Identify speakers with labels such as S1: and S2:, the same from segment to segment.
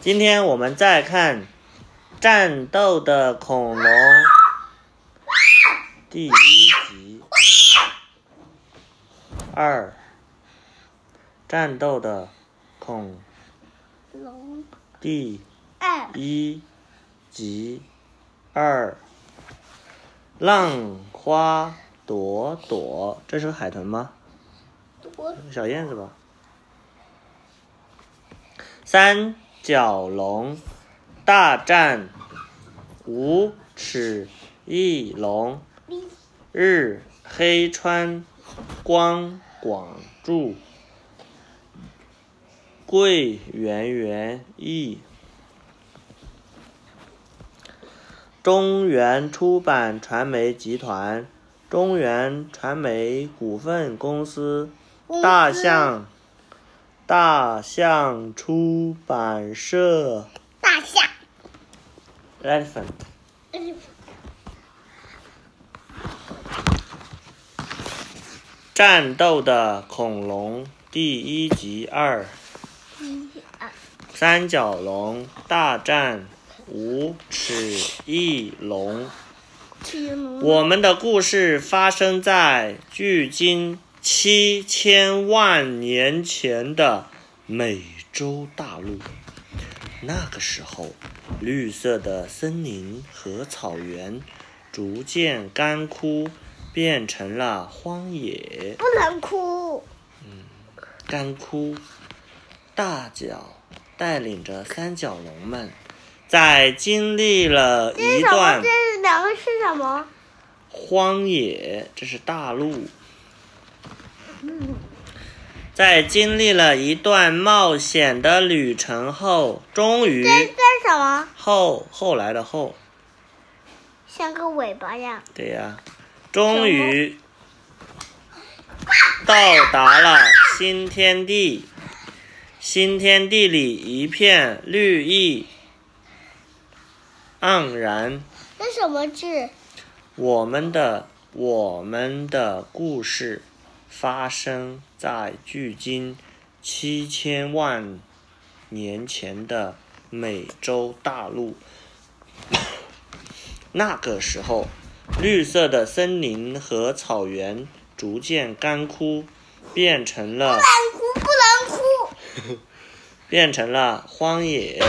S1: 今天我们再看战斗的恐龙第一集，二战斗的恐
S2: 龙
S1: 第
S2: 二
S1: 一集二浪花朵朵，这是海豚吗？
S2: 我
S1: 小燕子吧。三角龙大战五齿翼龙，
S2: 比
S1: 日黑川光广助，桂圆圆译，中原出版传媒集团，中原传媒股份公司。大象，大象出版社
S2: 大象，
S1: （Elephant）。战斗的恐龙第一集二，
S2: 一二
S1: 三角龙大战五齿翼龙。
S2: 七龙
S1: 我们的故事发生在距今七千万年前的美洲大陆。那个时候，绿色的森林和草原逐渐干枯，变成了荒野。
S2: 不能哭，
S1: 干枯。大脚带领着三角龙们，在经历了
S2: 这是
S1: 一
S2: 什么？
S1: 段
S2: 这是两个是什么？
S1: 荒野，这是大陆。在经历了一段冒险的旅程后，终于
S2: 这这是什么？
S1: 后后来的后，
S2: 像个尾巴一样。
S1: 对呀、终于到达了新天地。新天地里一片绿意盎然。
S2: 这什么字？
S1: 我们的我们的故事发生在距今七千万年前的美洲大陆。 那个时候，绿色的森林和草原逐渐干枯，变成了
S2: 不能哭，不能哭。
S1: 变成了荒野。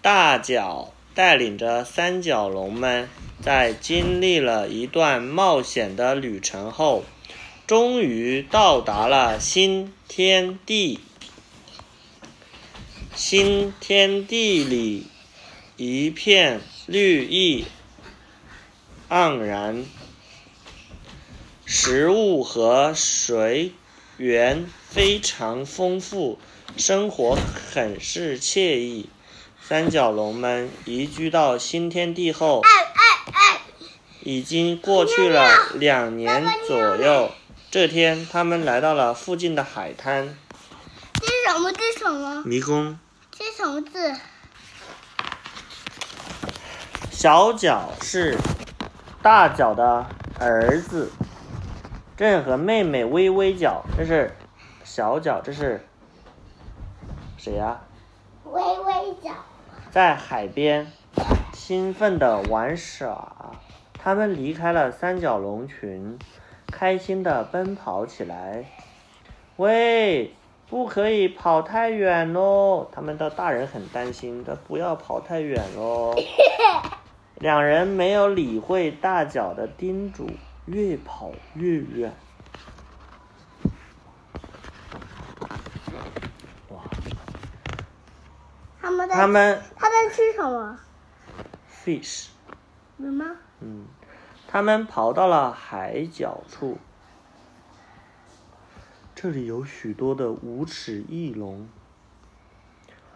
S1: 大脚带领着三角龙们，在经历了一段冒险的旅程后，终于到达了新天地。新天地里一片绿意盎然，食物和水源非常丰富，生活很是惬意。三角龙们移居到新天地后，
S2: 哎哎哎，
S1: 已经过去了两年左右。这天，他们来到了附近的海滩
S2: 这是什么？这是什么？
S1: 迷宫。
S2: 这是什么字？
S1: 小脚是大脚的儿子，朕和妹妹微微脚，这是小脚，这是谁呀、
S2: 微微角。
S1: 在海边兴奋地玩耍。他们离开了三角龙群，开心地奔跑起来。喂，不可以跑太远喽！他们的大人很担心，他不要跑太远 喽。两人没有理会大脚的叮嘱，越跑越远。哇，
S2: 他们在
S1: 他们
S2: 他在吃什么？
S1: fish。
S2: 妈妈，
S1: 嗯，他们跑到了海角处，这里有许多的无齿翼龙。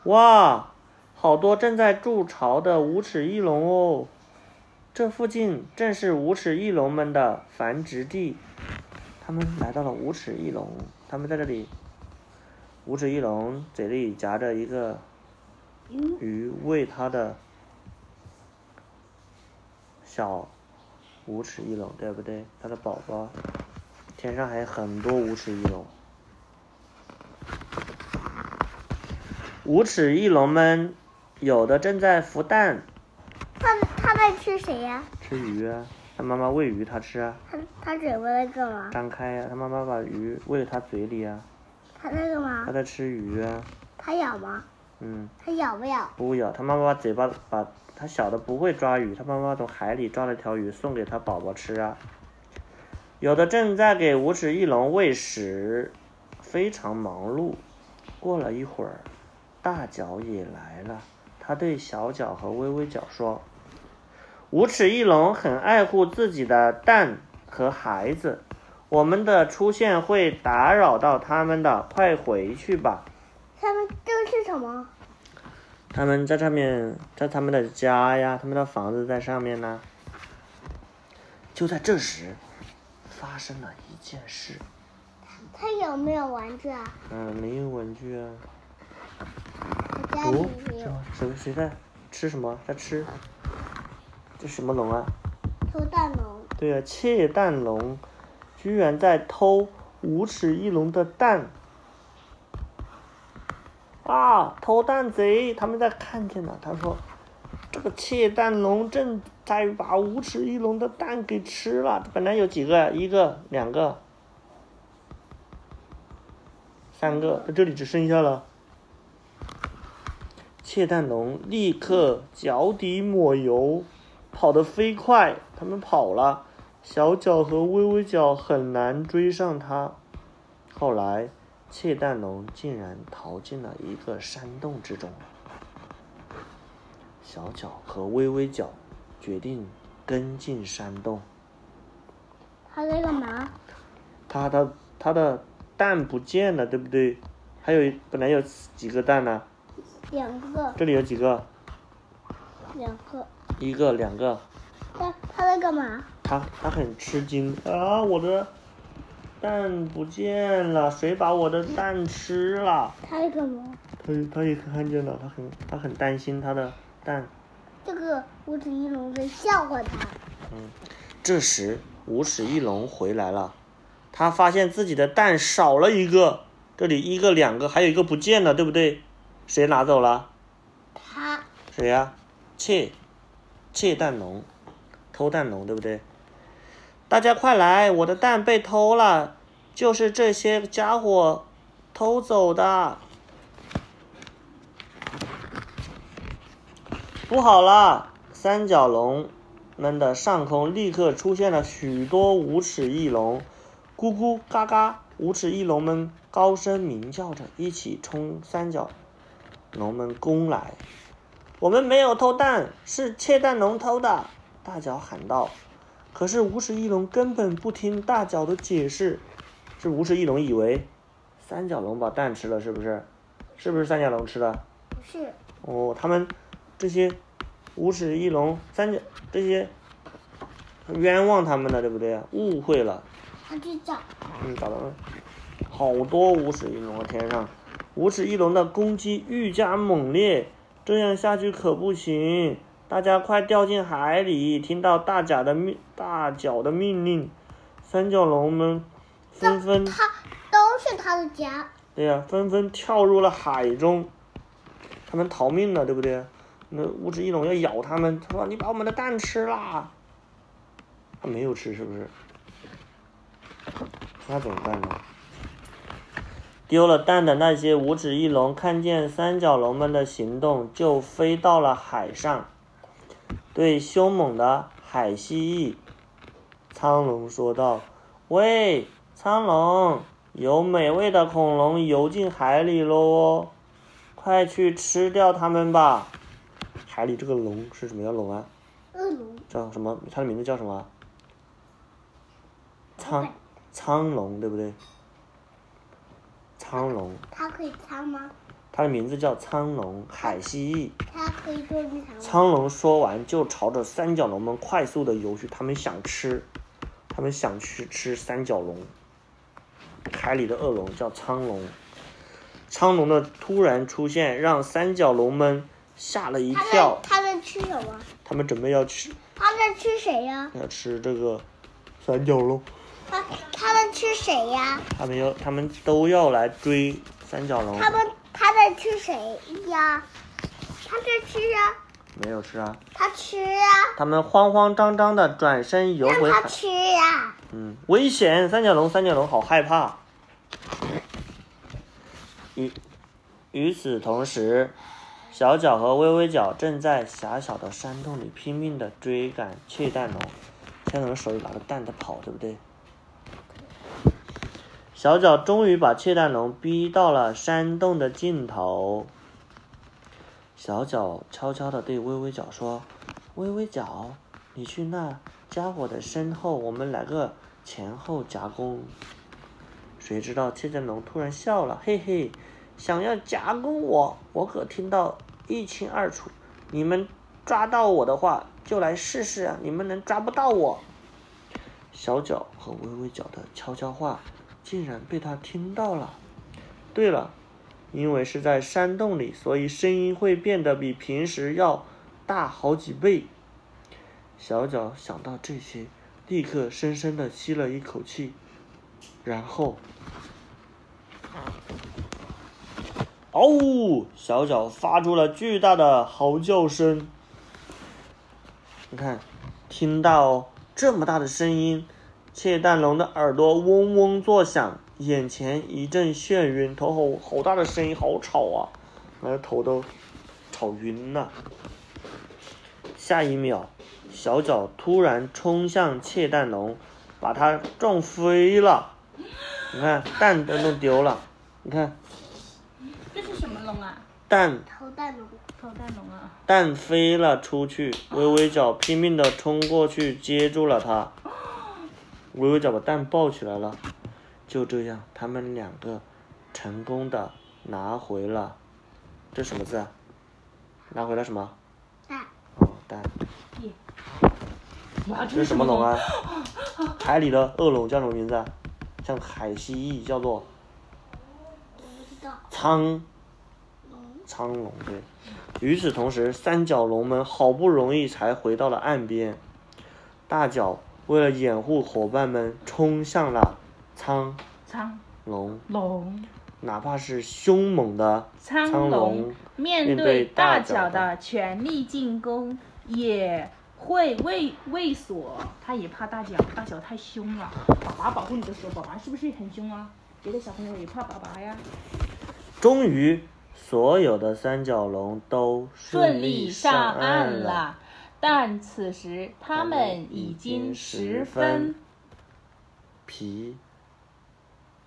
S1: 哇，好多正在筑巢的无齿翼龙哦！这附近正是无齿翼龙们的繁殖地。他们来到了无齿翼龙，他们在这里，无齿翼龙嘴里夹着一个
S2: 嗯，
S1: 鱼喂它的小无齿翼龙，对不对？它的宝宝，天上还有很多无齿翼龙。五齿翼龙们有的正在孵蛋，
S2: 他们他们吃谁呀、
S1: 吃鱼啊，它妈妈喂鱼它吃啊，
S2: 他他嘴巴在干嘛？
S1: 张开呀、它妈妈把鱼喂它嘴里啊，
S2: 他那个
S1: 它
S2: 吗？
S1: 在吃鱼啊，
S2: 他咬吗？
S1: 嗯，
S2: 他咬不咬？
S1: 不咬，它妈妈把嘴巴把它小的不会抓鱼，它妈妈从海里抓了条鱼送给它宝宝吃啊，有的正在给五齿翼龙喂食，非常忙碌。过了一会儿，大脚也来了，他对小脚和微微脚说：“五齿翼龙很爱护自己的蛋和孩子，我们的出现会打扰到他们的，快回去吧。”
S2: 他们这是什么？
S1: 他们在上面，在他们的家呀，他们的房子在上面呢。就在这时，发生了一件事。
S2: 他有没有玩具啊？
S1: 嗯，没有文具啊。
S2: 我家
S1: 哦
S2: 里，没
S1: 这
S2: 有。
S1: 谁谁在吃什么？在吃？这什么龙啊？
S2: 偷蛋龙，
S1: 对啊，窃蛋龙居然在偷五齿翼龙的蛋啊！偷蛋贼，他们在看见了。他说，这个窃蛋龙正在把五齿翼龙的蛋给吃了。本来有几个，一个、两个、三个，这里只剩下了。窃蛋龙立刻脚底抹油，跑得飞快，他们跑了，小脚和微微脚很难追上它。后来，窃蛋龙竟然逃进了一个山洞之中。小脚和微微脚决定跟进山洞，
S2: 他在干嘛？
S1: 它的它的蛋不见了，对不对？还有一本来有几个蛋呢、
S2: 两个，
S1: 这里有几个？
S2: 两个。
S1: 一个，两个，
S2: 他他在干嘛？
S1: 他他很吃惊啊！我的蛋不见了，谁把我的蛋吃了？
S2: 他在干嘛？
S1: 他他也看见了，他很他很担心他的蛋。
S2: 这个五指翼龙在笑话他。
S1: 这时，五齿翼龙回来了，他发现自己的蛋少了一个，这里一个两个，还有一个不见了，对不对？谁拿走了？
S2: 他
S1: 谁呀、窃窃蛋龙，偷蛋龙，对不对？大家快来，我的蛋被偷了，就是这些家伙偷走的。不好了！三角龙们的上空立刻出现了许多无齿翼龙，咕咕嘎嘎，无齿翼龙们高声鸣叫着，一起冲三角龙们攻来。我们没有偷蛋，是窃蛋龙偷的！大脚喊道。可是无齿翼龙根本不听大脚的解释，是无齿翼龙以为三角龙把蛋吃了，是不是？是不是三角龙吃的？
S2: 不是
S1: 哦，他们这些五齿翼龙、三角这些冤枉他们的，对不对？误会了，
S2: 他去找
S1: 嗯，找到了，好多五齿翼龙啊，天上，五齿翼龙的攻击愈加猛烈，这样下去可不行，大家快掉进海里！听到大甲的命，大脚的命令，三角龙们纷纷
S2: 他，都是他的家。
S1: 对呀、纷纷跳入了海中，他们逃命了，对不对？那五指翼龙要咬他们，他说：“你把我们的蛋吃啦！”他没有吃，是不是？那怎么办呢？丢了蛋的那些五指翼龙看见三角龙们的行动，就飞到了海上，对凶猛的海蜥蜴苍龙说道：“喂，苍龙，有美味的恐龙游进海里喽哦，快去吃掉它们吧！”海里这个龙是什么样龙啊？
S2: 恶龙，
S1: 叫什么？它的名字叫什么？苍苍龙，对不对？苍龙，
S2: 他可以藏吗？
S1: 它的名字叫苍龙海蜥蜴。
S2: 他可以做日常吗？
S1: 苍龙说完，就朝着三角龙们快速的游去。他们想吃，他们想去吃三角龙。海里的恶龙叫苍龙，苍龙的突然出现让三角龙们吓了一
S2: 他
S1: 跳
S2: 们。他们吃什么？
S1: 他们准备要吃，
S2: 他们吃谁呀、
S1: 要吃这个三角龙。
S2: 哎他他们吃谁呀、
S1: 他们要，他们都要来追三角龙。
S2: 他们他在吃谁呀？他在吃啊，
S1: 没有吃啊。
S2: 他吃啊，
S1: 他们慌慌张张的转身游
S2: 让
S1: 回
S2: 他
S1: 海。
S2: 吃啊。
S1: 嗯，危险！三角龙，三角龙好害怕。与与此同时，小脚和微微脚正在狭小的山洞里拼命的追赶翠蛋龙。千龙手里拿着蛋在跑，对不对？小脚终于把翠蛋龙逼到了山洞的尽头。小脚悄悄地对微微脚说：“微微脚，你去那家伙的身后，我们来个前后夹攻。”谁知道翠蛋龙突然笑了，嘿嘿，想要夹攻我，我可听到一清二楚。你们抓到我的话，就来试试啊！你们能抓不到我。小脚和微微脚的悄悄话，竟然被他听到了。对了，因为是在山洞里，所以声音会变得比平时要大好几倍。小脚想到这些，立刻深深的吸了一口气，然后，嗷、呜！小脚发出了巨大的嚎叫声。你看，听到这么大的声音，窃蛋龙的耳朵嗡嗡作响，眼前一阵眩晕，头好好大的声音，好吵啊，把头都吵晕了。下一秒，小脚突然冲向窃蛋龙，把它撞飞了。你看，蛋都弄丢了。你看，
S3: 这是什么龙啊？
S1: 蛋
S2: 头蛋龙，
S3: 头蛋龙啊！
S1: 蛋飞了出去，微微脚拼命的冲过去接住了它。微微脚把蛋抱起来了，就这样，他们两个成功的拿回了，这什么字啊？拿回了什么？
S2: 蛋
S1: 哦，蛋。
S3: 哇，
S1: 这是什么龙啊？？海里的恶龙叫什么名字啊？像海蜥蜴叫做
S2: 不知道。
S1: 苍
S2: 嗯，
S1: 苍龙对。与此同时，三角龙们好不容易才回到了岸边。大脚为了掩护伙伴们，冲向了苍
S3: 苍
S1: 龙，
S3: 龙，
S1: 哪怕是凶猛的苍
S3: 苍龙面
S1: 面对
S3: 对
S1: 大
S3: 大
S1: 脚
S3: 脚
S1: 的
S3: 的全力进攻也会畏畏缩，他也怕大脚，大脚太凶了。爸爸保护你的时候，爸爸是不是很凶啊？别的小朋友也怕爸爸呀。
S1: 终于，所有的三角龙都
S3: 顺
S1: 利
S3: 利
S1: 上
S3: 上岸
S1: 了。
S3: 了，但此时他们已经十分
S1: 疲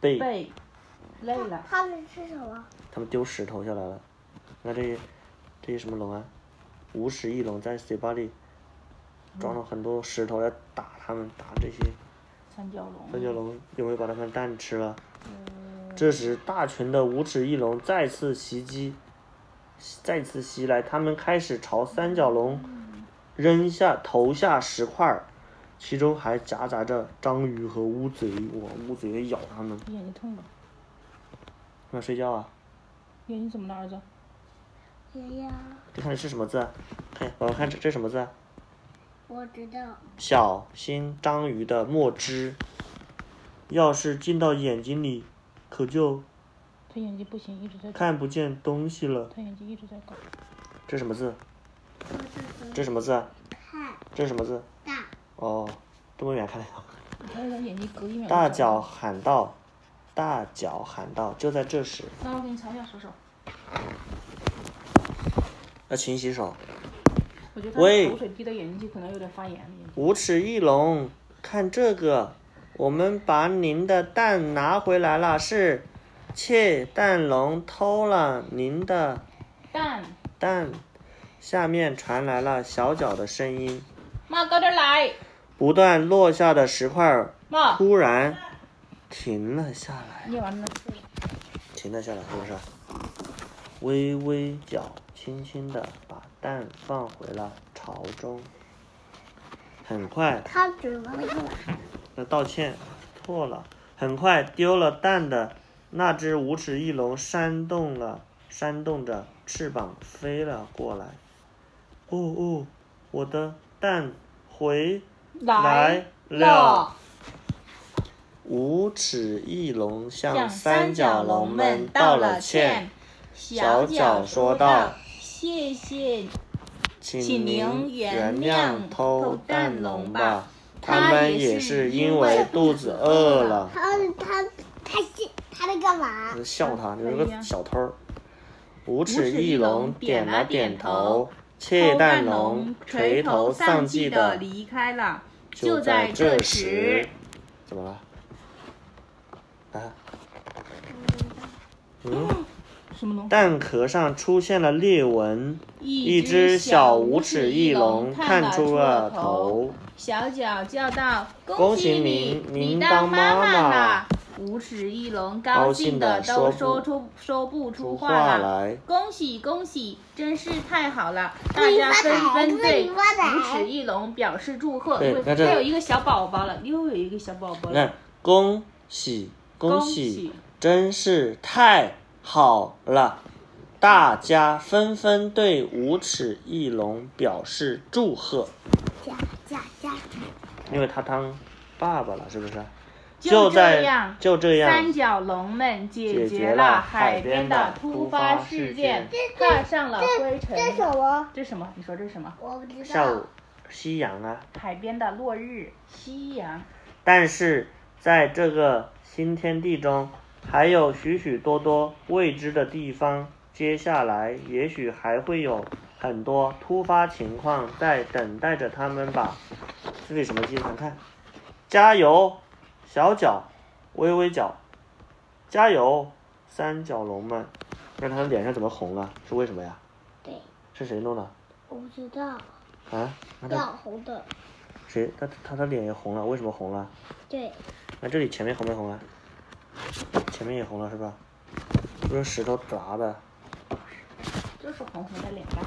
S1: 惫。
S3: 被累了。
S2: 他们吃什么？
S1: 他们丢石头下来了。你看这些，这些什么龙啊？无齿翼龙在嘴巴里装了很多石头来打它们，打这些
S3: 三角龙，
S1: 三角龙有没有把它们蛋吃了？这时，大群的无齿翼龙再次袭击，再次袭来，它们开始朝三角龙扔下投下石块儿，其中还夹杂着章鱼和乌贼，哇，乌贼也咬它们。
S3: 眼睛痛了，
S1: 快睡觉啊！
S3: 眼睛怎么了，儿子？
S2: 爷爷，
S1: 你看这是什么字啊？看，我看这这什么字啊？
S2: 我知道。
S1: 小心章鱼的墨汁，要是进到眼睛里，可就
S3: 他眼睛不行，一直在
S1: 看不见东西了。
S3: 他眼睛一直在搞。
S1: 这什么字？
S2: 我知道
S1: 这什么字啊？
S2: 看
S1: 这什么字？
S2: 大
S1: 哦，这么远看得到。
S3: 你看他眼睛隔一秒。
S1: 大脚。喊道：“大脚喊道！”就在这时，
S3: 那我给你擦一下手手。
S1: 要勤洗手。
S3: 我觉得他
S1: 喂
S3: 口水滴到眼睛去，可能有点发炎了。眼睛
S1: 无齿翼龙，看这个，我们把您的蛋拿回来了，是窃蛋龙偷了您的
S3: 蛋，
S1: 但下面传来了小脚的声音，
S3: 妈高点来，
S1: 不断落下的石块儿
S3: 妈。
S1: 突然停了下来，
S3: 捏完了，
S1: 停了下来，是不是？微微脚轻轻地把蛋放回了巢中。很快，
S2: 他只能用
S1: 那道歉错了。很快，丢了蛋的那只无齿翼龙扇动了，扇动着翅膀飞了过来。哦哦，我的蛋回来了。无齿翼龙向
S3: 向
S1: 三
S3: 三
S1: 角
S3: 角
S1: 龙
S3: 龙
S1: 们
S3: 们
S1: 道
S3: 道
S1: 了
S3: 了
S1: 歉
S3: 歉，
S1: 小角说道：“
S3: 谢谢，
S1: 请您
S3: 请您
S1: 原
S3: 原
S1: 谅
S3: 谅
S1: 偷
S3: 偷
S1: 蛋
S3: 蛋
S1: 龙
S3: 龙
S1: 吧
S3: 吧，
S1: 他
S3: 他
S1: 们
S3: 也
S1: 也
S3: 是
S1: 是因
S3: 因
S1: 为
S3: 为
S1: 肚
S3: 肚
S1: 子
S3: 子
S1: 饿
S3: 饿
S1: 了。
S2: 他他他是他在干嘛？”
S1: 笑他，你是
S3: 哎
S1: 个
S3: 呀
S1: 小偷儿。五齿
S3: 齿翼
S1: 龙
S3: 龙
S1: 点
S3: 点
S1: 了
S3: 了
S1: 点
S3: 点
S1: 头
S3: 头，
S1: 窃蛋
S3: 偷蛋
S1: 龙
S3: 龙
S1: 垂
S3: 垂
S1: 头
S3: 头
S1: 丧
S3: 丧
S1: 气
S3: 气
S1: 的
S3: 的离开了。
S1: 就
S3: 就
S1: 在
S3: 在
S1: 这
S3: 这
S1: 时
S3: 时，
S1: 怎么了？啊？嗯，
S3: 什么龙？
S1: 蛋壳上出现了裂纹，一只小五齿翼龙探出了。头。
S3: 小脚叫道：“
S1: 恭喜
S3: 喜
S1: 您您
S3: 你
S1: 当
S3: 当
S1: 妈妈
S3: 妈
S1: 啦
S3: 啦！”五齿翼龙
S1: 高
S3: 高
S1: 兴
S3: 兴
S1: 地
S3: 的
S1: 说
S3: 都
S1: 不
S3: 说出说不
S1: 出
S3: 出
S1: 话来
S3: 话来。恭喜恭喜，真是太好了！大家纷纷
S2: 祝
S3: 对
S2: 你发财
S3: 五齿翼龙表示祝贺，
S1: 对
S3: 因为
S1: 那
S3: 它
S1: 这
S3: 有一个小宝宝了，又有一个小宝宝
S1: 你
S3: 了。
S1: 看，恭喜恭
S3: 恭
S1: 喜
S3: 喜，
S1: 真是太好了！大家纷纷对五齿翼龙表示祝贺，
S2: 加加加！
S1: 因为他当爸爸了，是不是？
S3: 就
S1: 在
S3: 这样
S1: 就这
S3: 三
S1: 样，
S3: 角龙们
S1: 解
S3: 解
S1: 决
S3: 决
S1: 了
S3: 了
S1: 海
S3: 海
S1: 边
S3: 边
S1: 的
S3: 的
S1: 突
S3: 突
S1: 发
S3: 发
S1: 事
S3: 事
S1: 件
S3: 件
S2: 这，这
S3: 踏上了
S2: 这
S3: 灰尘。
S2: 这什么？
S3: 这是什么？你说这是什么？
S2: 我不知道。
S1: 下午夕阳啊，
S3: 海边的落日，夕阳。
S1: 但是在这个新天地中，还有许许多多未知的地方。接下来也许还会有很多突发情况在等待着他们吧。这里什么鸡？咱看，加油，小脚，微微脚，加油，三角龙们。让他们脸上怎么红了？是为什么呀？
S2: 对，
S1: 是谁弄的？
S2: 我不知道，
S1: 啊？那他
S2: 要红的。
S1: 谁？他他他脸也红了，为什么红了？
S2: 对，
S1: 那这里前面红没红啊？前面也红了是吧？都是石头砸的。
S3: 就是红红的脸蛋。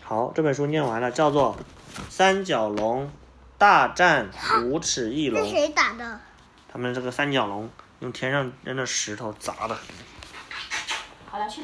S1: 好，这本书念完了，叫做《三角龙大战五齿翼龙
S2: 这》。谁打的？
S1: 他们这个三角龙用天上扔的石头砸的。
S3: 好了，去。